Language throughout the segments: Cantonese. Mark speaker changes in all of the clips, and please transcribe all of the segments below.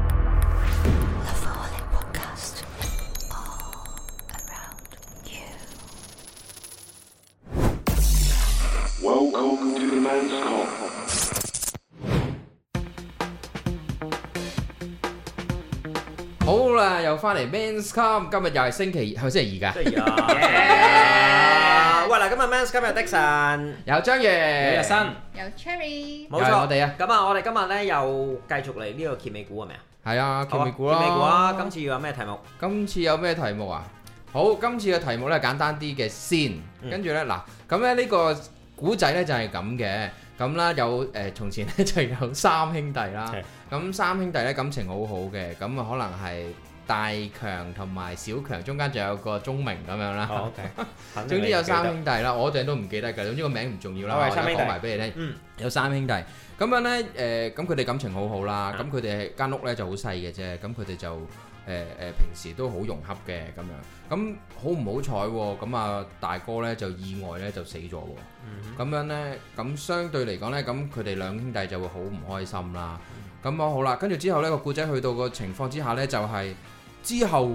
Speaker 1: The Falling Podcast. All around you.
Speaker 2: Welcome to the man's call.
Speaker 3: Tốt rồi, lại quay lại Men's Come. Hôm nay lại là thứ hai, hôm nay thứ hai.
Speaker 4: 喂，嗱，今日Men's今日Dixon，
Speaker 3: Có Trương Nhi, có Sinh,
Speaker 1: 有 Cherry，
Speaker 4: 冇錯。
Speaker 3: 又係我哋啊。
Speaker 4: 咁啊，我哋今日呢，又繼續嚟呢個揭尾故啊，係咪啊？
Speaker 3: là Kim Mỹ Cổ. Kim Mỹ
Speaker 4: 好啊，
Speaker 3: Cổ.
Speaker 4: 揭尾故啊，今次要有咩題目？
Speaker 3: Hôm nay có cái đề mục à? Tốt, hôm nay cái đề mục là đơn giản đi cái tiên.
Speaker 4: 嗯。
Speaker 3: Cái này là, cái này cái cổ tử là như thế. Cái này có, từ trước thì có ba anh em.
Speaker 5: 係。
Speaker 3: Cái ba anh em cảm tình tốt tốt. Cái có thể là Đại Cường và Tiểu Cường giữa còn có một Trung Minh. Cái này.
Speaker 5: 哦，OK，肯定
Speaker 3: 總之有三
Speaker 5: 你唔記得。
Speaker 3: 兄弟啦，我哋都唔記得㗎，總之個名唔重要啦，
Speaker 5: 我
Speaker 3: 我
Speaker 5: 係
Speaker 3: 而家
Speaker 5: 三兄弟
Speaker 3: 講埋俾你聽。
Speaker 4: 嗯
Speaker 3: 有三兄弟，咁樣咧誒，咁佢哋感情好好啦，咁佢哋間屋咧就好細嘅啫，咁佢哋就誒誒平時都好融洽嘅咁樣，咁好唔好彩喎？咁啊大哥咧就意外咧就死咗喎。咁樣呢，咁相對嚟講呢，咁佢哋兩兄弟就會好唔開心啦。咁啊好啦，跟住之後呢個故仔去到個情況之下呢，就係、之後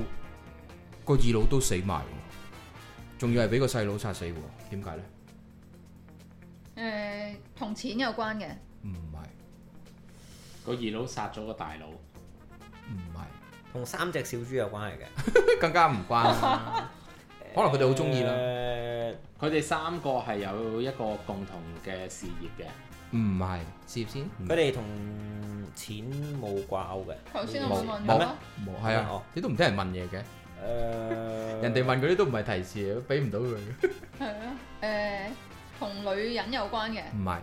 Speaker 3: 個二佬都死埋喎，仲要係俾個細佬殺死喎。點解呢？
Speaker 1: 誒呃同錢有關嘅，
Speaker 3: 唔係
Speaker 5: 個二佬殺咗個大佬，
Speaker 3: 唔
Speaker 4: 嗯，同三隻小豬有關係嘅。
Speaker 3: 係，更加唔關啦。可能佢哋好中意啦。
Speaker 4: 誒，係
Speaker 5: 佢哋三個係有一個共同嘅事業嘅，
Speaker 3: 唔係，接先。
Speaker 4: Ờ, 佢哋同錢冇掛鈎嘅。誒，
Speaker 1: 頭先我咪問
Speaker 3: 冇
Speaker 1: 咗咯，
Speaker 3: 冇係啊
Speaker 4: 哦，
Speaker 3: 你都唔聽人問嘢嘅，
Speaker 4: Ờ,
Speaker 3: 人哋問嗰啲都唔係提示，俾唔到佢。
Speaker 1: 係咯，誒同女人有關嘅，
Speaker 3: 唔係，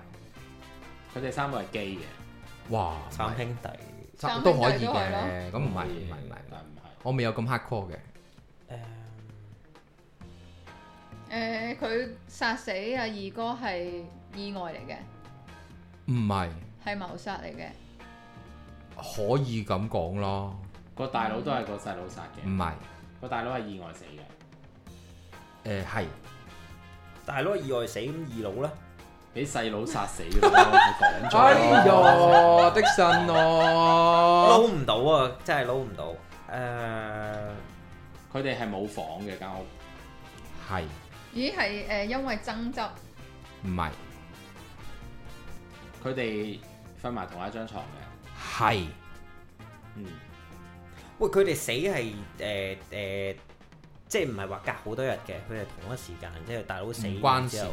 Speaker 5: 佢哋三個係基嘅，
Speaker 3: 哇，
Speaker 4: 三兄弟，誒，
Speaker 3: 差
Speaker 1: 三
Speaker 3: 都可
Speaker 1: 兄弟
Speaker 3: 以
Speaker 1: 都係
Speaker 3: 嘅，咁唔係
Speaker 5: 可
Speaker 3: 唔
Speaker 5: 以
Speaker 3: 係唔係，
Speaker 5: 但唔係
Speaker 3: 我未有咁 hard core 嘅。
Speaker 4: ờ,
Speaker 1: 誒呃佢殺死阿二哥係意外嚟嘅，
Speaker 3: 唔係，
Speaker 1: 係謀殺嚟嘅，
Speaker 3: 可以咁講咯，
Speaker 5: 個大佬都係個細佬殺
Speaker 3: 唔
Speaker 5: 嘅，
Speaker 3: 係，
Speaker 5: 個大佬係意外死嘅，
Speaker 3: 誒係
Speaker 4: 大佬意外死，咁二佬呢？
Speaker 5: 俾細佬殺死咯，佢講咗。
Speaker 3: 哎呦，的神啊喎，
Speaker 4: à, 撈唔到啊，真係撈唔到。誒，
Speaker 5: 佢哋係冇房嘅間屋，
Speaker 3: 係
Speaker 1: 咦係誒因為爭執
Speaker 3: 唔係
Speaker 5: 佢哋瞓埋同一張床嘅，
Speaker 3: 係
Speaker 5: 嗯，
Speaker 4: 喂，佢哋死係誒誒，即係唔係話隔好多日嘅，佢哋同一時間，即係大佬死
Speaker 3: 唔關事
Speaker 4: 之後，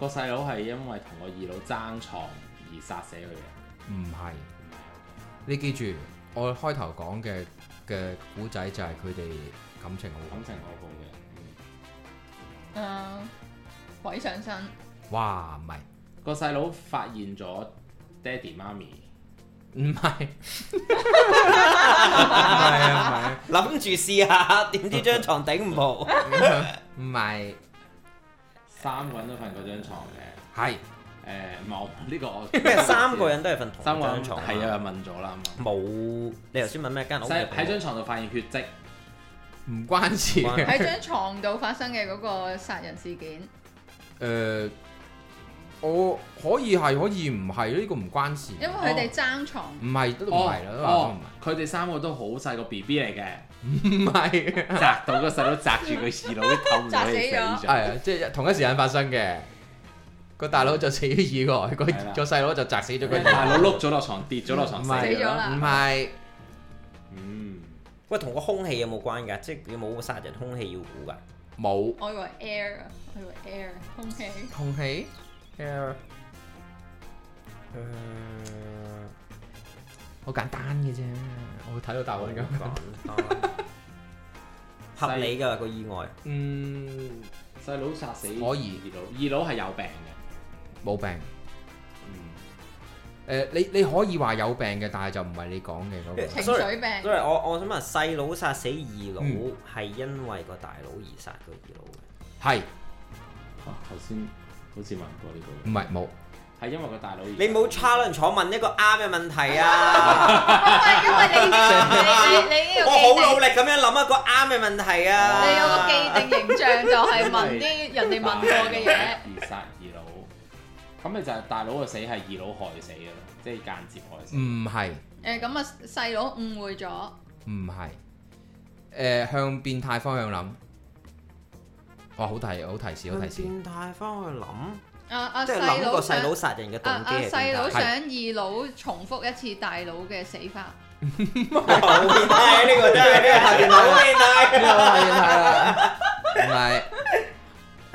Speaker 5: 個細佬係因為同個二佬爭床而殺死佢嘅，
Speaker 3: 唔係？
Speaker 5: 唔係
Speaker 3: 你記住，我開頭講嘅嘅古仔就係佢哋感情好好
Speaker 5: 感情好好嘅，
Speaker 1: 誒
Speaker 5: 嗯
Speaker 1: 呃鬼上 身，
Speaker 3: 哇，唔係
Speaker 5: 個細佬發現咗爹哋媽咪。
Speaker 3: 唔係，唔係啊
Speaker 4: 諗住試下， 點知張床頂唔好。
Speaker 3: 唔係，唔係
Speaker 5: 三個人都瞓嗰張床嘅，
Speaker 3: 係
Speaker 5: 誒呃唔係我呢 個我
Speaker 4: 咩？三個人都係瞓同
Speaker 5: 三
Speaker 4: 一
Speaker 5: 個人
Speaker 4: 張
Speaker 5: 床
Speaker 4: 床，啊
Speaker 5: 係
Speaker 3: 啊
Speaker 5: 有人問咗啦，
Speaker 4: 冇。你頭先問咩間屋
Speaker 5: 啱
Speaker 4: 嘅
Speaker 5: 啱喺張床度發現血跡，
Speaker 3: 唔關事
Speaker 4: 唔
Speaker 3: 嘅
Speaker 4: 關，
Speaker 1: 喺張床度發生嘅嗰個殺人事件，
Speaker 3: 誒，我可以係可以唔係呢個唔關事，
Speaker 1: 因為佢
Speaker 3: 哦
Speaker 1: 哋爭床，
Speaker 3: 唔係都唔係啦，都話都
Speaker 5: 哦
Speaker 3: 唔係。，
Speaker 5: 佢哋三個都好細個 B B 嚟嘅，
Speaker 3: 唔係，
Speaker 5: 擲到個細佬擲住佢二佬 都透唔到氣死
Speaker 1: 擲死
Speaker 5: 咗，
Speaker 3: 係啊，即係同一時間發生嘅。個大佬就死於意外，個
Speaker 5: 係啦
Speaker 3: 個細佬就砸死咗個
Speaker 5: 佢
Speaker 3: 人。
Speaker 5: 大佬碌咗落床，跌咗落床
Speaker 3: 唔
Speaker 5: 死
Speaker 3: 係啊
Speaker 1: 死咗啦
Speaker 3: 唔係
Speaker 5: 嗯，
Speaker 4: 喂，同個空氣有冇關㗎？即係有冇殺人空氣要估㗎？
Speaker 3: 冇
Speaker 1: 我以為 air，啊，我以為 air 空氣，
Speaker 3: 空氣。
Speaker 4: 嗯，
Speaker 3: 好簡單嘅啫，我睇到答案咁。
Speaker 4: 合理㗎個意外。
Speaker 3: 嗯，
Speaker 5: 細佬殺死
Speaker 3: 可以
Speaker 5: 二佬，二佬係有病嘅，
Speaker 3: 冇病。
Speaker 5: 嗯，
Speaker 3: 誒，你你可以話有病嘅，但係就唔係你講嘅嗰個。
Speaker 1: 情
Speaker 4: Sorry，
Speaker 1: 緒病
Speaker 4: 所。以我我想問細佬殺死二佬
Speaker 3: 嗯
Speaker 4: 係因為個大佬而殺個二佬嘅。
Speaker 3: 係
Speaker 5: 啊頭先好似問過呢
Speaker 3: 唔係冇？
Speaker 5: 個，係因為個大佬
Speaker 4: 你冇 challenge 我問一個啱嘅問 題啊！
Speaker 1: 因為你你你你呢
Speaker 4: 我
Speaker 1: 個
Speaker 4: 好努
Speaker 1: 既
Speaker 4: 力咁樣諗一個啱嘅問題
Speaker 1: 定，你有個
Speaker 4: 啊！
Speaker 1: 既定形象就係問啲人哋問過嘅嘢，
Speaker 5: 而殺二佬。咁你就係大佬嘅死係二佬害死嘅咯，即係間接害死。
Speaker 3: 唔係
Speaker 1: 誒咁啊，細佬誤會咗，
Speaker 3: 唔係，誒向變態方向諗。哇！好提好提示好提示，
Speaker 4: 變態方去諗，
Speaker 1: 阿阿
Speaker 4: 即係
Speaker 1: 啊細
Speaker 4: 諗個
Speaker 1: 佬
Speaker 4: 細
Speaker 1: 想
Speaker 4: 佬殺人嘅
Speaker 1: 阿
Speaker 4: 動機
Speaker 1: 阿
Speaker 4: 係
Speaker 1: 細
Speaker 4: 點
Speaker 1: 佬
Speaker 4: 解？
Speaker 1: 想二佬重複一次大佬嘅死法，
Speaker 4: 好變態呢個真係呢個係 好變態。
Speaker 3: 邊個係啦？唔係
Speaker 4: 誒，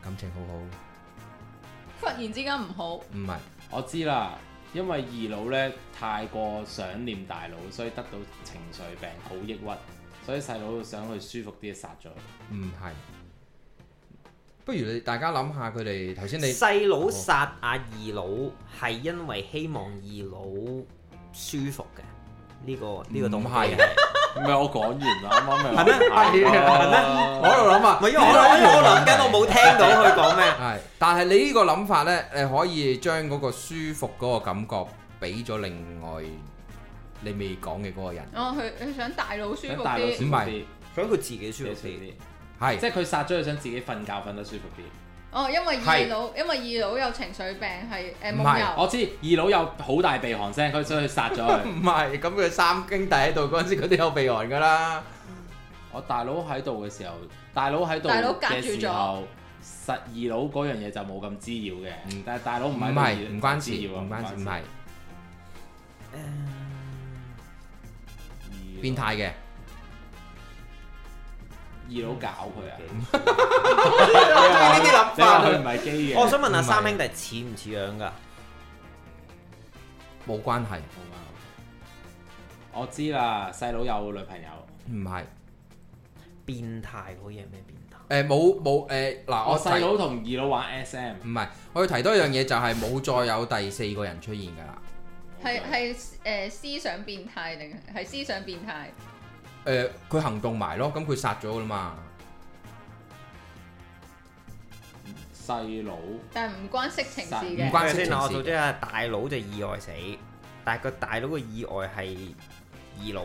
Speaker 3: 感情好好，
Speaker 1: 忽然之間唔好，
Speaker 3: 唔係
Speaker 5: 我知啦，因為二佬咧太過想念大佬，所以得到情緒病，好抑鬱，所以細佬想佢舒服啲殺咗佢。
Speaker 3: 唔係。不如你大家諗下佢哋頭先你
Speaker 4: 細佬殺阿二佬係因為希望二佬舒服嘅呢個呢個動機
Speaker 3: 唔係
Speaker 4: 係。
Speaker 5: 唔係我講完啦，啱啱咪
Speaker 4: 係咩係咩
Speaker 3: 我喺度諗啊，
Speaker 4: 唔係因為我 我我諗緊，我冇聽到佢講咩。
Speaker 3: 係，但係你呢個諗法呢，你可以將嗰個舒服嗰個感覺俾咗另外你未講嘅嗰個人，
Speaker 1: 哦佢佢想大佬舒
Speaker 5: 想
Speaker 1: 服
Speaker 5: 大佬舒
Speaker 1: 啲，
Speaker 5: 服啲，
Speaker 4: 想佢自己舒
Speaker 5: 舒
Speaker 4: 服
Speaker 5: 服
Speaker 4: 啲。
Speaker 5: 啲，
Speaker 3: 係
Speaker 5: 即係佢殺咗佢想自己瞓覺瞓得舒服啲。
Speaker 1: 哦因為二
Speaker 3: 係
Speaker 1: 佬因為二佬有情緒病係誒
Speaker 3: 唔
Speaker 1: 夢
Speaker 3: 係
Speaker 1: 遊，
Speaker 5: 我知二佬有好大鼻鼾聲，佢所以佢殺咗佢。
Speaker 3: 唔係咁佢三兄弟喺度嗰陣時，佢都有鼻鼾噶啦。
Speaker 5: 我大佬喺度嘅時候，大佬喺度
Speaker 1: 大佬隔
Speaker 5: 嘅
Speaker 1: 住咗
Speaker 5: 時候，實二佬嗰樣嘢就冇咁滋擾嘅
Speaker 3: 嗯。
Speaker 5: 但係大佬
Speaker 3: 唔
Speaker 5: 唔喺
Speaker 3: 係
Speaker 5: 度二
Speaker 3: 唔關
Speaker 5: 滋
Speaker 3: 事，
Speaker 5: 擾啊
Speaker 3: 唔關事，唔係
Speaker 5: 二佬
Speaker 3: 變態嘅，
Speaker 5: 二佬搞佢啊！
Speaker 3: 嗯
Speaker 4: 呢啲諗
Speaker 5: 你話
Speaker 4: 法
Speaker 5: 佢唔係基嘅，
Speaker 4: 我想問下
Speaker 3: 唔係
Speaker 4: 三兄弟似唔似樣㗎？
Speaker 3: 冇關係，
Speaker 5: 好啊我知啦，細佬有女朋友，
Speaker 3: 唔係
Speaker 4: 變態嗰嘢咩變
Speaker 3: 誒
Speaker 4: 態？
Speaker 3: 冇冇誒嗱，
Speaker 5: 我
Speaker 3: 我
Speaker 5: 細
Speaker 3: 提
Speaker 5: 佬同二佬玩 SM，
Speaker 3: 唔係，我要提多一樣嘢就係冇再有第四個人出現㗎啦。
Speaker 1: 係係誒思想變態定係思想變態？
Speaker 3: 誒，佢行動埋咯，咁佢殺咗㗎啦嘛，
Speaker 5: 細佬
Speaker 1: 但係唔關色情事
Speaker 3: 唔
Speaker 1: 嘅，
Speaker 3: 關
Speaker 4: 先嗱，我
Speaker 3: 色情
Speaker 4: 做
Speaker 3: 事
Speaker 4: 咗下大佬就意外死，但係個大佬嘅意外係二佬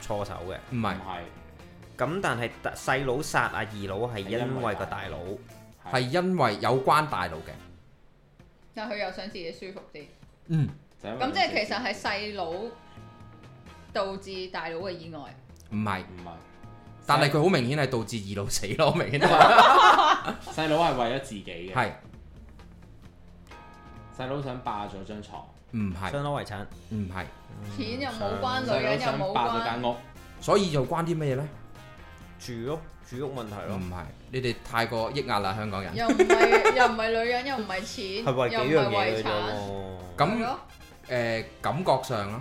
Speaker 4: 錯手嘅。
Speaker 3: 唔係
Speaker 5: 唔係
Speaker 4: 咁但係大細佬殺阿二佬係因為個大佬，
Speaker 3: 係因為有關大陸嘅，
Speaker 1: 但佢又想自己舒服啲，
Speaker 3: 嗯。
Speaker 5: 就因為
Speaker 1: 咁即係其實係細佬導致大佬嘅意外。
Speaker 3: 唔係，
Speaker 5: 唔係，
Speaker 3: 但係佢好明顯係導致二老死咯， 明顯都係。
Speaker 5: 細佬係為咗自己嘅，
Speaker 3: 係
Speaker 5: 細佬想霸咗張床，
Speaker 3: 唔係
Speaker 4: 相當遺產。
Speaker 3: 唔係，
Speaker 1: 錢又冇關，
Speaker 5: 細
Speaker 1: 女
Speaker 5: 佬
Speaker 1: 人又
Speaker 5: 想
Speaker 1: 冇
Speaker 5: 霸咗
Speaker 1: 關，
Speaker 5: 間屋，
Speaker 3: 所以就關啲咩嘢呢？
Speaker 4: 住屋住屋問題咯
Speaker 3: 唔。係，你哋太過抑壓啦，香港人。
Speaker 1: 又唔係又唔係女人，又唔係錢，
Speaker 4: 係為幾
Speaker 1: 又唔
Speaker 4: 樣
Speaker 1: 係遺
Speaker 4: 嘢嘅啫
Speaker 1: 產。
Speaker 4: 喎。
Speaker 1: 係
Speaker 3: 咁
Speaker 1: 咯
Speaker 3: 誒感覺上咯，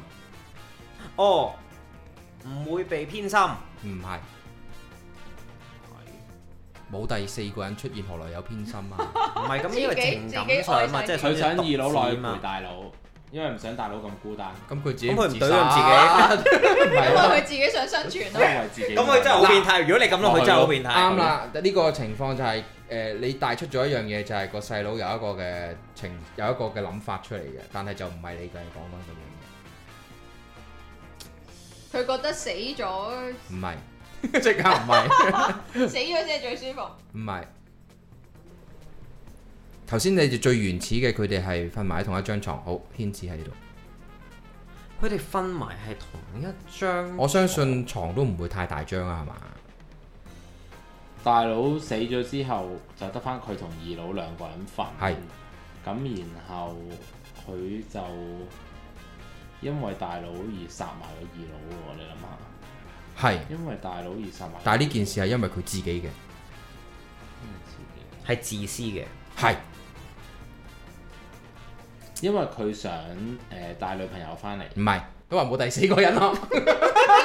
Speaker 4: 哦，唔會被偏心。
Speaker 3: 唔係 冇第四個人出現，何來有偏心啊？
Speaker 4: 唔係咁，因為
Speaker 1: 自己
Speaker 4: 情感上啊嘛，即
Speaker 1: 自
Speaker 4: 係
Speaker 1: 己
Speaker 5: 佢想二佬
Speaker 4: 內
Speaker 5: 落去陪大佬，因為唔想大佬咁孤單，
Speaker 3: 咁佢自己
Speaker 4: 咁佢唔
Speaker 3: 自
Speaker 4: 懟
Speaker 3: 殺
Speaker 4: 冧
Speaker 3: 唔係
Speaker 1: 因為
Speaker 3: 咯
Speaker 1: 佢自己想生存啊
Speaker 5: 都
Speaker 1: 咯。
Speaker 5: 係為自己。
Speaker 4: 咁佢真係好變態。如果你咁咯，佢真係好變態。
Speaker 3: 啱。啦。呢個情況就係誒你帶出咗一樣嘢，就係個細佬有一個嘅情有一個嘅諗法出嚟嘅，但係就唔係你嘅講緊咁樣
Speaker 1: 佢覺得死咗，
Speaker 3: 嘅，唔係即刻唔係。
Speaker 1: 死咗先係最舒服。
Speaker 3: 唔係。頭先你哋最原始嘅，佢哋係瞓埋喺同一張床，好牽扯喺度。
Speaker 4: 佢哋瞓埋係同一張。
Speaker 5: 嗯
Speaker 3: 我相信床都唔會太大張啊，係嘛？
Speaker 5: 大佬死咗之後，就得翻佢同二佬兩個人瞓。
Speaker 3: 係。
Speaker 5: 咁然後佢就因為大佬而殺埋個二佬喎，你諗下，
Speaker 3: 係，
Speaker 5: 因為大佬而殺埋。
Speaker 3: 但係呢件事係因為佢自己嘅，
Speaker 4: 係自私嘅，
Speaker 3: 係
Speaker 5: 因為佢想誒、呃帶女朋友翻嚟，
Speaker 3: 唔係？都話冇第四個人 咯，
Speaker 5: 啊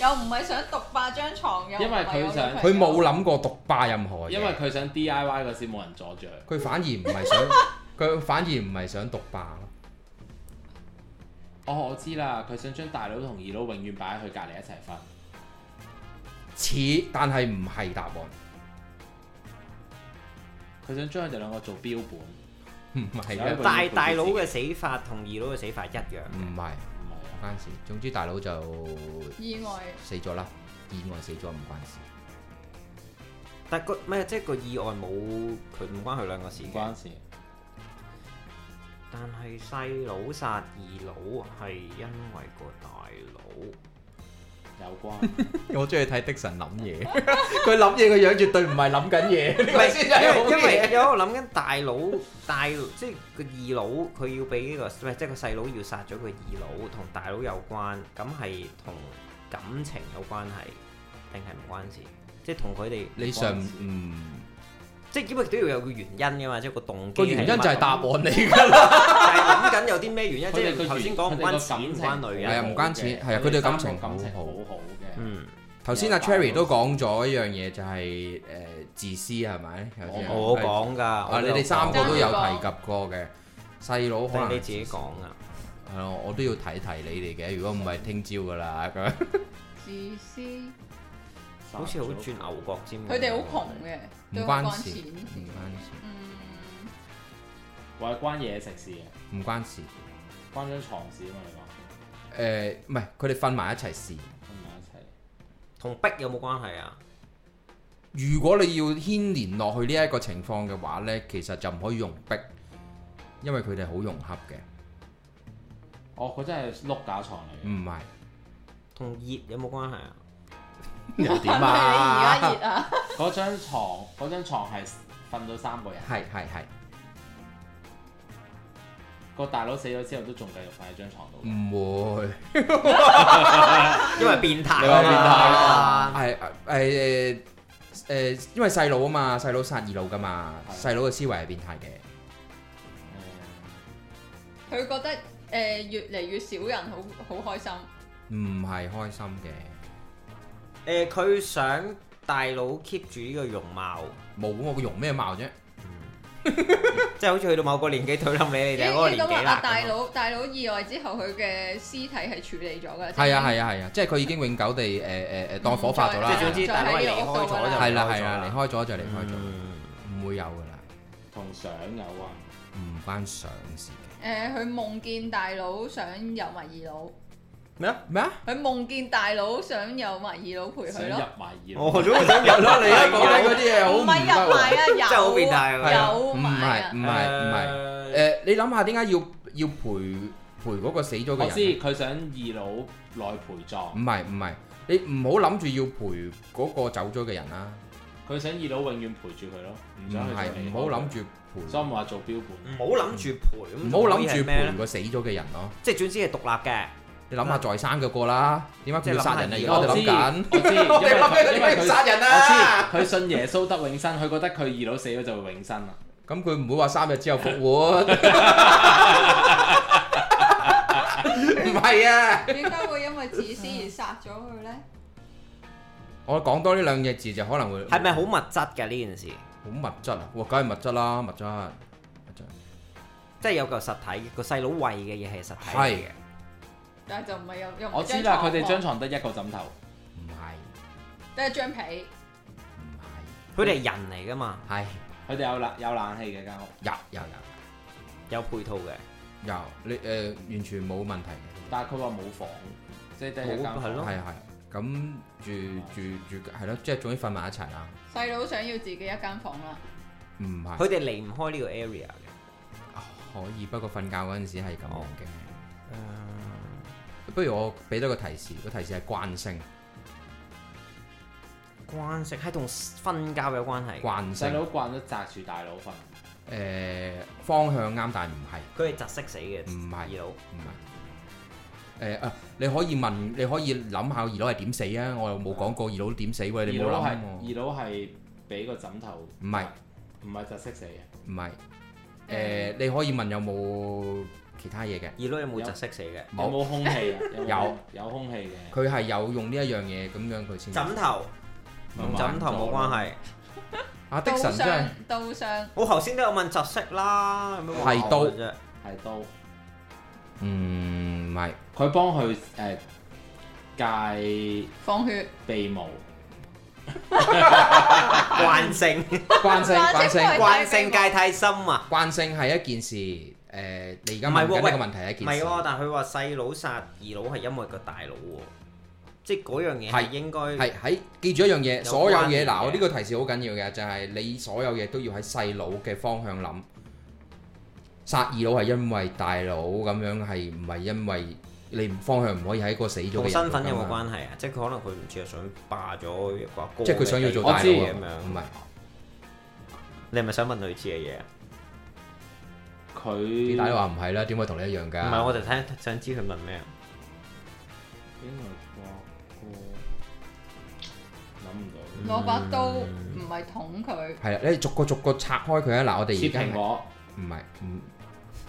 Speaker 1: 又唔係想獨霸張床，又唔係
Speaker 5: 因為佢想
Speaker 1: 有女朋
Speaker 3: 佢
Speaker 1: 友
Speaker 3: 冇諗過獨霸任何哦嘢，
Speaker 5: 因為佢想 D I Y 嗰時冇人阻住佢。
Speaker 3: 佢反而唔係 想，佢反而唔係想獨霸咯。
Speaker 5: 哦，我知啦，佢想將大佬同二佬永遠擺喺佢隔離一齊瞓。
Speaker 3: 似，但係唔係答案，
Speaker 5: 佢想將佢哋兩個做標本，
Speaker 3: 唔係
Speaker 5: 有一
Speaker 3: 嘅，
Speaker 5: 個
Speaker 4: 大大佬嘅死法同二佬嘅死法一樣。
Speaker 3: 唔係
Speaker 5: 唔係
Speaker 3: 唔
Speaker 5: 啊，
Speaker 3: 關事。總之大佬就
Speaker 1: 意外。
Speaker 3: 死咗啦，意外死咗唔關事。
Speaker 4: 但個咩即係個意外冇佢唔關佢兩個事
Speaker 5: 唔
Speaker 4: 嘅
Speaker 5: 關，事。
Speaker 4: 但係細佬殺二佬係因為個大佬。
Speaker 5: 有關，
Speaker 3: 我中意睇的神諗嘢， 佢諗嘢個樣絕對唔係諗緊 嘢，呢個先係好
Speaker 4: 因為因
Speaker 3: 嘢
Speaker 4: 為有我諗緊大佬大即係個二佬，佢要俾呢個唔係即係個細佬要殺咗佢二佬，同大佬有關，咁係同感情有關係，定係唔關事？即係同佢哋，
Speaker 3: 你上嗯唔
Speaker 4: 即係因為都要有個原因噶嘛，即係個動機
Speaker 3: 個
Speaker 4: 係乜。
Speaker 3: 原因就係答案嚟㗎啦，
Speaker 4: 但係諗緊有啲咩原因？ 即
Speaker 5: 佢哋個
Speaker 4: 係頭先
Speaker 5: 緣
Speaker 4: 講唔
Speaker 5: 佢哋
Speaker 4: 關
Speaker 5: 個
Speaker 4: 錢，
Speaker 5: 感
Speaker 4: 唔
Speaker 5: 情
Speaker 4: 關女
Speaker 3: 係啊
Speaker 4: 人。
Speaker 3: 唔關事係啊佢
Speaker 5: 佢
Speaker 3: 哋
Speaker 5: 哋
Speaker 3: 感
Speaker 5: 三
Speaker 3: 情
Speaker 5: 個感情
Speaker 3: 好
Speaker 5: 好
Speaker 3: 好
Speaker 5: 好嘅。
Speaker 4: 嗯，
Speaker 3: 頭先阿 Cherry 都講咗一樣嘢，就係誒自私係咪？頭先
Speaker 4: 我講㗎，
Speaker 3: 啊，
Speaker 4: 我
Speaker 3: 你
Speaker 4: 都
Speaker 3: 哋
Speaker 4: 有
Speaker 3: 三個
Speaker 4: 講
Speaker 3: 都有提及過嘅細佬可
Speaker 4: 定
Speaker 3: 能
Speaker 4: 你自己講啊？
Speaker 3: 係咯，我都要提提你哋嘅，如果唔係聽朝㗎啦咁樣。
Speaker 1: 自私，
Speaker 4: 好似好轉牛角尖咁。
Speaker 1: 佢哋好窮嘅，
Speaker 3: 唔
Speaker 1: 都
Speaker 3: 嗯關
Speaker 1: 關
Speaker 3: 事，
Speaker 1: 錢。
Speaker 3: 唔關事，
Speaker 1: 嗯，
Speaker 5: 或者關嘢食事啊嘅，
Speaker 3: 唔關事。
Speaker 5: 關張床事啊嘛，
Speaker 3: 誒，唔係佢哋瞓埋一齊試。
Speaker 5: 你講咁
Speaker 4: 同逼有冇關係啊？
Speaker 3: 如果你要牽連落去呢一個情況嘅話呢，其實就唔可以用逼，因為佢哋好融洽嘅，
Speaker 5: 埋一齊。哦，佢真係碌架床
Speaker 4: 嗯
Speaker 5: 嚟
Speaker 3: 唔
Speaker 5: 嘅。
Speaker 3: 係
Speaker 4: 同熱有冇關係啊？
Speaker 3: 又點
Speaker 1: 係而家
Speaker 3: 啊？
Speaker 1: 熱啊！
Speaker 5: 嗰張床，嗰張床係瞓到三個人，
Speaker 3: 係係係，
Speaker 5: 個大佬死咗之後都仲繼續瞓喺張床度。
Speaker 4: 嗯
Speaker 3: 唔會
Speaker 4: 因為變態
Speaker 5: 你話變態
Speaker 4: 啊嘛！
Speaker 3: 係誒誒誒，因為細佬啊嘛，細佬殺二佬噶嘛，
Speaker 5: 係
Speaker 3: 細佬嘅思維係變態嘅，
Speaker 5: 嗯
Speaker 1: 佢覺得誒越嚟越少人好好開心，
Speaker 3: 唔係開心嘅，
Speaker 4: 誒，佢、想大佬 keep 住呢個容貌，
Speaker 3: 冇我個容咩貌啫，
Speaker 4: 即係好似去到某個年紀退冧你，你就係嗰個
Speaker 1: 咦
Speaker 4: 年紀啦
Speaker 1: 啊。大佬大佬意外之後，佢嘅屍體係處理咗㗎。
Speaker 3: 係啊係啊係啊，即係佢已經永久地誒誒誒當火化咗
Speaker 4: 咁樣
Speaker 3: 啦
Speaker 4: 即，係總之，大佬係離開咗就
Speaker 3: 係啦
Speaker 4: 離開
Speaker 3: 係
Speaker 4: 咗
Speaker 3: 啦，離開咗就離開咗，
Speaker 4: 嗯
Speaker 3: 唔會有噶啦，
Speaker 5: 同相有關，
Speaker 3: 唔關上事嘅
Speaker 1: 誒，佢夢見大佬想有埋二佬，
Speaker 3: 咩啊咩啊？
Speaker 1: 佢夢見大佬想有埋二佬陪
Speaker 5: 想
Speaker 1: 佢咯。
Speaker 5: 入埋二
Speaker 4: 我
Speaker 5: 樓，
Speaker 4: 都想入
Speaker 3: 咯，你一講緊嗰啲嘢好
Speaker 1: 唔
Speaker 3: 唔
Speaker 1: 係入埋
Speaker 3: 得
Speaker 1: 啊，有
Speaker 4: 真係好變態喎
Speaker 1: 有
Speaker 3: 喎，唔
Speaker 1: 埋
Speaker 3: 係
Speaker 1: 啊
Speaker 3: 唔，係唔係，
Speaker 4: 係
Speaker 3: 誒你諗下點解要要陪陪嗰個死咗
Speaker 5: 我
Speaker 3: 嘅
Speaker 5: 知
Speaker 3: 人？啊
Speaker 5: 佢想二佬內陪葬
Speaker 3: 唔，係唔係，你唔好諗住要陪嗰個走咗嘅人啦，
Speaker 5: 佢想二佬永遠陪住佢咯，唔
Speaker 3: 唔
Speaker 5: 想佢
Speaker 3: 係
Speaker 5: 再離
Speaker 3: 唔
Speaker 5: 開
Speaker 3: 好諗，住
Speaker 5: 所以
Speaker 3: 陪，
Speaker 5: 咪話做標
Speaker 4: 唔
Speaker 5: 本。
Speaker 4: 好諗住陪，
Speaker 3: 唔
Speaker 4: 唔
Speaker 3: 好諗住
Speaker 4: 咩
Speaker 3: 陪
Speaker 4: 咧？
Speaker 3: 個死咗嘅人咯。
Speaker 4: 即係總之係獨立嘅，
Speaker 3: 你諗下在生嘅個啦，點解佢要殺人啊？而
Speaker 4: 即係
Speaker 3: 家
Speaker 4: 諗下
Speaker 3: 我哋諗緊，
Speaker 5: 我 知，
Speaker 3: 我哋諗緊點
Speaker 5: 因為
Speaker 3: 解
Speaker 5: 佢
Speaker 3: 要殺人啊？
Speaker 5: 我知佢信耶穌得永生，佢覺得佢二佬死咗就會永生啦。
Speaker 3: 咁佢唔會話三日之後復 活，唔係啊！
Speaker 1: 點解會因為自私而殺咗佢咧？
Speaker 3: 我講多呢兩隻字就可能會
Speaker 4: 係咪好物質嘅呢件事？
Speaker 3: 好物質啊？哇，梗係物質啦，物質物質
Speaker 4: 即係有嚿實體，個細佬喂嘅嘢係實體嚟嘅。
Speaker 1: 但係就唔係有有
Speaker 5: 我知啦，佢哋張，床得一個枕頭，
Speaker 3: 唔係
Speaker 1: 得一張被，
Speaker 3: 唔
Speaker 4: 佢哋係人嚟噶嘛，
Speaker 3: 係係
Speaker 5: 佢哋有冷有冷氣嘅間屋，
Speaker 3: 有有有
Speaker 4: 有配套嘅。
Speaker 3: 有你誒完全冇問題嘅，
Speaker 5: 但係佢話冇房，即係得一間
Speaker 4: 冇係
Speaker 5: 房
Speaker 4: 咯。
Speaker 3: 係係咁住住住係咯，即係總之瞓埋一齊啦。
Speaker 1: 細佬想要自己一間房啦。
Speaker 3: 唔係
Speaker 4: 佢哋離唔開呢個 area 嘅。
Speaker 3: 可以，不過瞓覺嗰陣時係咁樣
Speaker 4: 哦
Speaker 3: 嘅。
Speaker 4: 誒，
Speaker 3: 不如我俾多個提示，個提示係慣性，
Speaker 4: 關食係同瞓覺有關係，
Speaker 3: 慣性
Speaker 5: 細佬
Speaker 3: 誒、
Speaker 5: 慣咗擲住大佬瞓，
Speaker 3: 方向啱，但唔係。
Speaker 4: 佢係窒息死嘅，
Speaker 3: 唔係
Speaker 4: 二佬
Speaker 3: 唔係。誒啊！你可以問，你可以諗下二佬係點死啊！我又冇講過二佬點死
Speaker 5: 二
Speaker 3: 喎，你冇
Speaker 5: 佬係
Speaker 3: 諗我。
Speaker 5: 二佬係俾個枕頭，
Speaker 3: 唔係
Speaker 5: 唔係窒息死嘅，
Speaker 3: 唔係誒，你可以問有冇其他嘢嘅？
Speaker 4: 二佬有冇窒息死嘅？
Speaker 5: 有
Speaker 3: 冇，
Speaker 5: 冇空氣啊？有冇有空氣嘅，
Speaker 3: 佢係有用呢一樣嘢咁樣佢先。
Speaker 4: 枕頭同
Speaker 5: 同埋
Speaker 4: 枕頭冇關係，
Speaker 3: 啊的
Speaker 1: 到
Speaker 3: 神真
Speaker 1: 上
Speaker 3: 係
Speaker 1: 到上
Speaker 4: 我頭先都有問窒息啦，有咩話
Speaker 3: 係刀
Speaker 4: 我啫？
Speaker 5: 係刀。
Speaker 3: 嗯唔係
Speaker 5: 佢幫佢誒戒
Speaker 1: 放血，
Speaker 5: 鼻毛，
Speaker 4: 慣性
Speaker 3: 慣性慣
Speaker 1: 慣性
Speaker 3: 性
Speaker 1: 係
Speaker 4: 慣性戒太深啊！
Speaker 3: 慣性係一件事誒，你而家
Speaker 4: 唔係
Speaker 3: 問緊呢
Speaker 4: 喎喂
Speaker 3: 個問題係一
Speaker 4: 唔
Speaker 3: 件
Speaker 4: 係
Speaker 3: 事。
Speaker 4: 喎，但係佢話細佬殺二佬係因為個大佬喎，即係嗰樣嘢係
Speaker 3: 係
Speaker 4: 應該
Speaker 3: 係喺記住一樣嘢，
Speaker 4: 有
Speaker 3: 所有
Speaker 4: 關聯
Speaker 3: 嘢嗱，
Speaker 4: 嘅
Speaker 3: 我呢個提示好緊要嘅，就係、你所有嘢都要喺細佬嘅方向諗。殺二佬係因為大佬咁樣，係唔係因為你唔方向唔可以喺個死咗嘅
Speaker 4: 同
Speaker 3: 人
Speaker 4: 身份
Speaker 3: 度
Speaker 4: 有
Speaker 3: 㗎
Speaker 4: 冇
Speaker 3: 嘛
Speaker 4: 關係啊？即係佢可能佢唔知係想霸咗一個阿哥
Speaker 3: 即係佢想要做
Speaker 4: 嘅
Speaker 3: 大
Speaker 4: 地
Speaker 3: 佬啊
Speaker 4: 位咁
Speaker 5: 我
Speaker 4: 樣。
Speaker 3: 唔係
Speaker 4: 你係咪想問類似嘅嘢啊？
Speaker 5: 佢
Speaker 3: 啲大佬話唔係啊啦，點會同你一樣㗎？
Speaker 4: 唔係，我就睇想知佢問咩啊。
Speaker 5: 因為話過諗唔到
Speaker 1: 攞把刀唔係捅佢，
Speaker 3: 係啦，你逐個逐個拆開佢啊！嗱，我哋
Speaker 5: 切
Speaker 3: 而家係
Speaker 5: 蘋果
Speaker 3: 唔係唔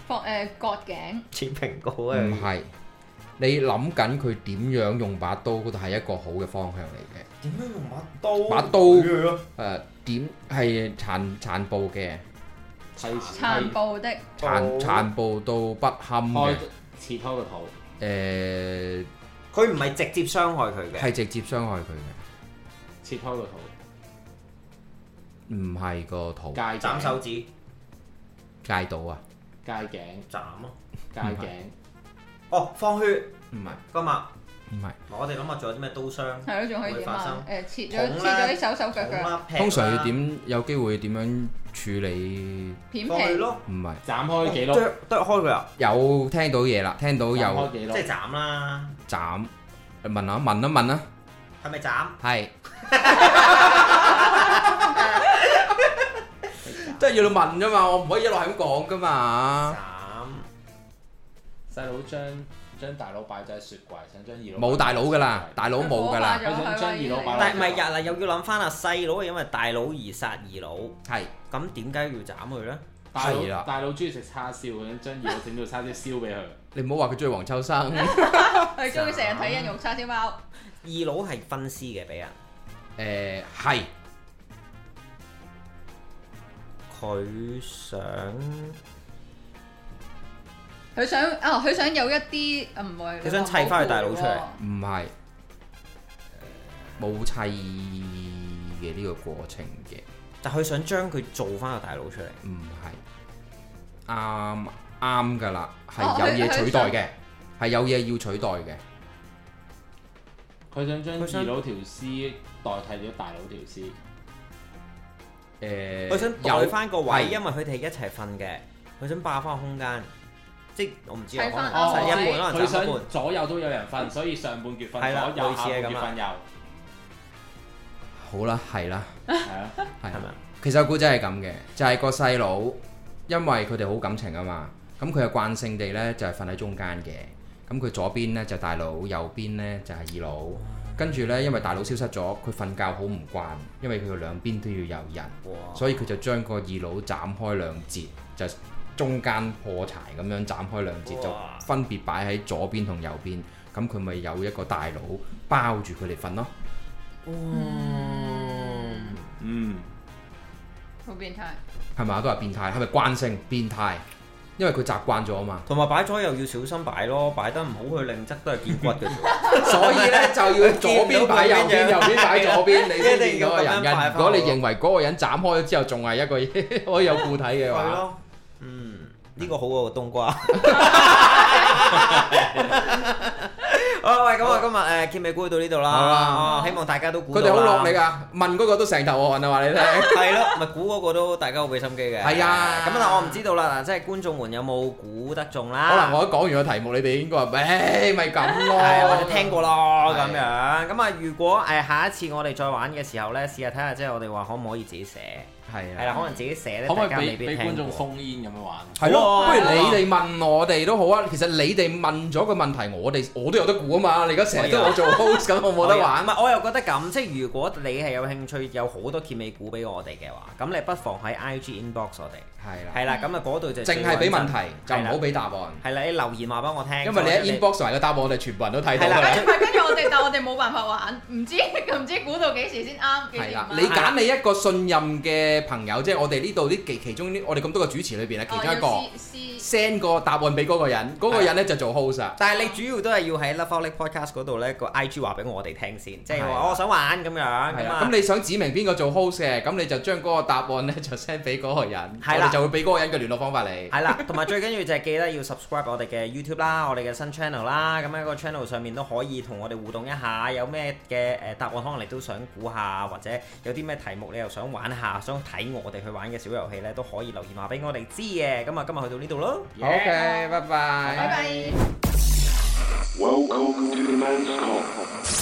Speaker 1: 放誒割頸，
Speaker 4: 切蘋果啊！
Speaker 3: 唔係，你諗緊佢點樣用把刀嗰度係一個好嘅方向嚟嘅。
Speaker 4: 點樣用把刀
Speaker 3: 把刀
Speaker 4: 鋸啊
Speaker 3: 誒點係殘殘暴嘅，
Speaker 5: 剃
Speaker 1: 殘
Speaker 5: 切
Speaker 1: 暴的
Speaker 3: 殘
Speaker 4: 哦
Speaker 3: 殘暴到不堪嘅
Speaker 5: 開，切開個肚，
Speaker 3: 誒
Speaker 4: 佢唔係直接傷害佢嘅，
Speaker 3: 係直接傷害佢嘅，
Speaker 5: 切開個肚，
Speaker 3: 唔係個肚
Speaker 5: 戒
Speaker 4: 斬
Speaker 5: 頸
Speaker 4: 手指
Speaker 3: 戒到啊，
Speaker 5: 戒頸
Speaker 4: 斬咯。
Speaker 5: 戒
Speaker 4: 嗯
Speaker 5: 頸
Speaker 4: 哦，放血
Speaker 3: 唔係
Speaker 4: 今日我
Speaker 3: 唔係，
Speaker 4: 哋諗下仲有啲咩刀傷？
Speaker 1: 係咯，仲可以點啊？誒切咗切咗啲手手腳腳，
Speaker 3: 通常要
Speaker 4: 點？
Speaker 3: 點有機會點樣處理？
Speaker 1: 片
Speaker 4: 放血
Speaker 1: 皮，
Speaker 4: 咯，
Speaker 3: 唔係
Speaker 5: 斬開幾
Speaker 4: 哦
Speaker 5: 碌，
Speaker 4: 剁剁開佢啊！
Speaker 3: 有聽到嘢啦，聽到
Speaker 5: 斬
Speaker 3: 有
Speaker 5: 開幾
Speaker 4: 即
Speaker 5: 碌
Speaker 4: 係，斬啦，
Speaker 3: 斬，問下問一問啦，
Speaker 4: 係咪斬？
Speaker 3: 係。 即係要你問啫嘛，我唔可以一路係咁講噶嘛。
Speaker 4: 斬
Speaker 5: 細佬將將大佬擺咗喺雪櫃，想將二佬
Speaker 3: 冇大佬噶啦，大佬冇噶啦，
Speaker 1: 火化咗佢啦已經
Speaker 5: 佢想將二佬擺落
Speaker 4: 但係唔係日啊？又要諗翻啊細佬，因為大佬而殺二佬，
Speaker 3: 係
Speaker 4: 咁點解要啊斬佢咧？
Speaker 5: 大
Speaker 3: 係啦
Speaker 5: 佬大佬中意食叉燒，佢想將二佬整到叉燒燒俾佢。
Speaker 3: 你唔好話佢追黃秋 生。
Speaker 1: 佢中意成日睇人肉叉燒包，
Speaker 4: 二佬係分屍嘅俾人，
Speaker 3: 誒係
Speaker 4: 佢想
Speaker 1: 佢想啊，佢想有一啲啊唔係，
Speaker 4: 佢想砌返佢大佬出嚟
Speaker 3: 唔係冇砌嘅呢個過程嘅？
Speaker 4: 但佢想將佢做翻個大佬出嚟。
Speaker 3: 唔係啱啱噶啦，
Speaker 1: 哦
Speaker 3: 係有嘢
Speaker 1: 佢
Speaker 3: 取代嘅，係有嘢要取代嘅。
Speaker 5: 佢想將
Speaker 4: 佢想
Speaker 5: 二佬條屍代替咗大佬條
Speaker 3: 誒
Speaker 5: 屍，
Speaker 4: 佢想代翻個位，
Speaker 3: 係
Speaker 4: 因為佢哋一齊瞓嘅，佢想霸翻個空間，即係我唔知啊，
Speaker 1: 砌
Speaker 4: 可
Speaker 1: 返
Speaker 4: 能
Speaker 1: 哦
Speaker 4: 斬一
Speaker 1: 位
Speaker 4: 半，可
Speaker 5: 佢
Speaker 4: 能斬一
Speaker 5: 想左右都有人瞓，所以上半橛
Speaker 4: 係啦
Speaker 5: 瞓左右，
Speaker 4: 類似
Speaker 5: 下
Speaker 4: 係
Speaker 5: 半
Speaker 4: 咁
Speaker 5: 橛
Speaker 4: 啊
Speaker 5: 瞓右，
Speaker 3: 好啦，係啦，
Speaker 5: 係啊。
Speaker 3: 係
Speaker 4: 半，係咪啊？
Speaker 3: 其實個古仔係咁嘅，就係、個細佬，因為佢哋好感情啊嘛，咁佢係慣性地呢，就係瞓喺中間嘅，咁佢左邊呢，就大佬，右邊呢，就係、二佬，跟住呢，因為大佬消失咗，佢瞓覺好唔慣，因為佢兩邊都要有人，
Speaker 4: 哇！
Speaker 3: 所以佢就將個二佬斬開兩截，就中間破柴咁樣斬開兩截，就
Speaker 4: 哇
Speaker 3: 分別擺喺左邊同右邊，咁佢咪有一個大佬包住佢哋瞓咯。
Speaker 4: 嗯
Speaker 5: 嗯，
Speaker 1: 好變態。
Speaker 3: 係咪啊？都係變態，係咪慣性變態？因為佢習慣咗啊嘛，
Speaker 4: 同埋擺咗又要小心擺咯，擺得唔好佢另側都係見骨嘅啫。
Speaker 3: 所以咧就要 左邊擺右邊，右邊擺左邊，你 先見到個人
Speaker 4: 一定要咁樣擺
Speaker 3: 嘅。
Speaker 4: 法
Speaker 3: 如果你認為嗰個人斬開咗之後仲係一個 可以有固體嘅
Speaker 4: 係
Speaker 3: 話，
Speaker 4: 咯，嗯，呢個好過個冬瓜。 好喂，咁啊，今日誒揭尾估到呢度啦，
Speaker 3: 好啦
Speaker 4: 啊希望大家都估
Speaker 3: 佢
Speaker 4: 到
Speaker 3: 哋好落力
Speaker 4: 㗎。
Speaker 3: 啊！問嗰個都成頭汗啊！話你聽，
Speaker 4: 係咯，咪估嗰個都大家好俾心機嘅。
Speaker 3: 係啊
Speaker 4: 咁但係我唔知道啦，嗱，即係觀眾們有冇估得中啦？
Speaker 3: 可能我一講完個題目，你哋應該話：，唉，咪咁咯。
Speaker 4: 係或者聽過咯
Speaker 3: 係
Speaker 4: 咁樣。咁啊，如果誒下一次我哋再玩嘅時候咧，試下睇下即係我哋話可唔可以自己寫？
Speaker 3: 係
Speaker 4: 係啦，
Speaker 3: 啊，
Speaker 4: 可能自己寫咧，
Speaker 5: 可唔可
Speaker 4: 大家未
Speaker 5: 以俾
Speaker 4: 必
Speaker 5: 俾
Speaker 4: 聽
Speaker 5: 觀眾
Speaker 4: 過
Speaker 5: 封煙咁樣玩？
Speaker 3: 係咯。不
Speaker 4: 好啊
Speaker 3: 如你哋問我哋都好啊。其實你哋問咗個問題，我哋我都有得估啊嘛。你而家成日都我做 host 咁，我冇得玩
Speaker 4: 啊唔。係，我又覺得咁，即係如果你係有興趣，有好多揭尾股俾我哋嘅話，咁你不妨喺 IG inbox 我哋，
Speaker 3: 係啦。
Speaker 4: 係啦，咁啊嗰度就
Speaker 3: 淨係俾問題，就唔
Speaker 4: 係啦
Speaker 3: 好俾答案。
Speaker 4: 係啦，你留言話俾我聽，
Speaker 3: 因為你
Speaker 4: 就
Speaker 3: 一 inbox 埋個答案，我哋全部人都睇到
Speaker 4: 係
Speaker 3: 㗎
Speaker 4: 啦
Speaker 3: 啦。
Speaker 1: 唔係跟住 我哋，但我哋冇辦法玩，唔知唔知估到幾時先啱，幾
Speaker 3: 係
Speaker 1: 時
Speaker 3: 啦，
Speaker 1: 唔
Speaker 3: 你
Speaker 1: 啱。
Speaker 3: 揀你一個信任嘅朋友，即係我哋呢度啲其其中啲，我哋咁多個主持裏邊咧，啊其中一個
Speaker 1: 哦要試試
Speaker 3: send 個答案俾嗰個人，嗰個人咧就做 host 啊。
Speaker 4: 但係你主要都係要喺 Love Alcoholic Podcast 嗰度咧個 IG 話俾我哋聽先，即係
Speaker 3: 係啊
Speaker 4: 話哦我想玩咁樣
Speaker 3: 係
Speaker 4: 咁
Speaker 3: 啦，
Speaker 4: 啊
Speaker 3: 咁。你想指明邊個做 host 嘅，咁你就將嗰個答案咧就 send 俾嗰個人，我
Speaker 4: 係啦
Speaker 3: 哋就會俾嗰個人嘅聯絡方法你。
Speaker 4: 係啦，同埋最緊要就係記得要 subscribe 我哋嘅 YouTube 啦，我哋嘅新 channel 啦，咁喺個 channel 上面都可以同我哋互動一下，有咩嘅誒答案可能你都想估下，或者有啲咩題目你又想玩下，想睇我哋去玩嘅小遊戲呢，都可以留言話俾我哋知嘅。咁啊，今日去到呢度咯。
Speaker 3: OK，拜拜
Speaker 1: 拜拜。
Speaker 2: Welcome to the man's call.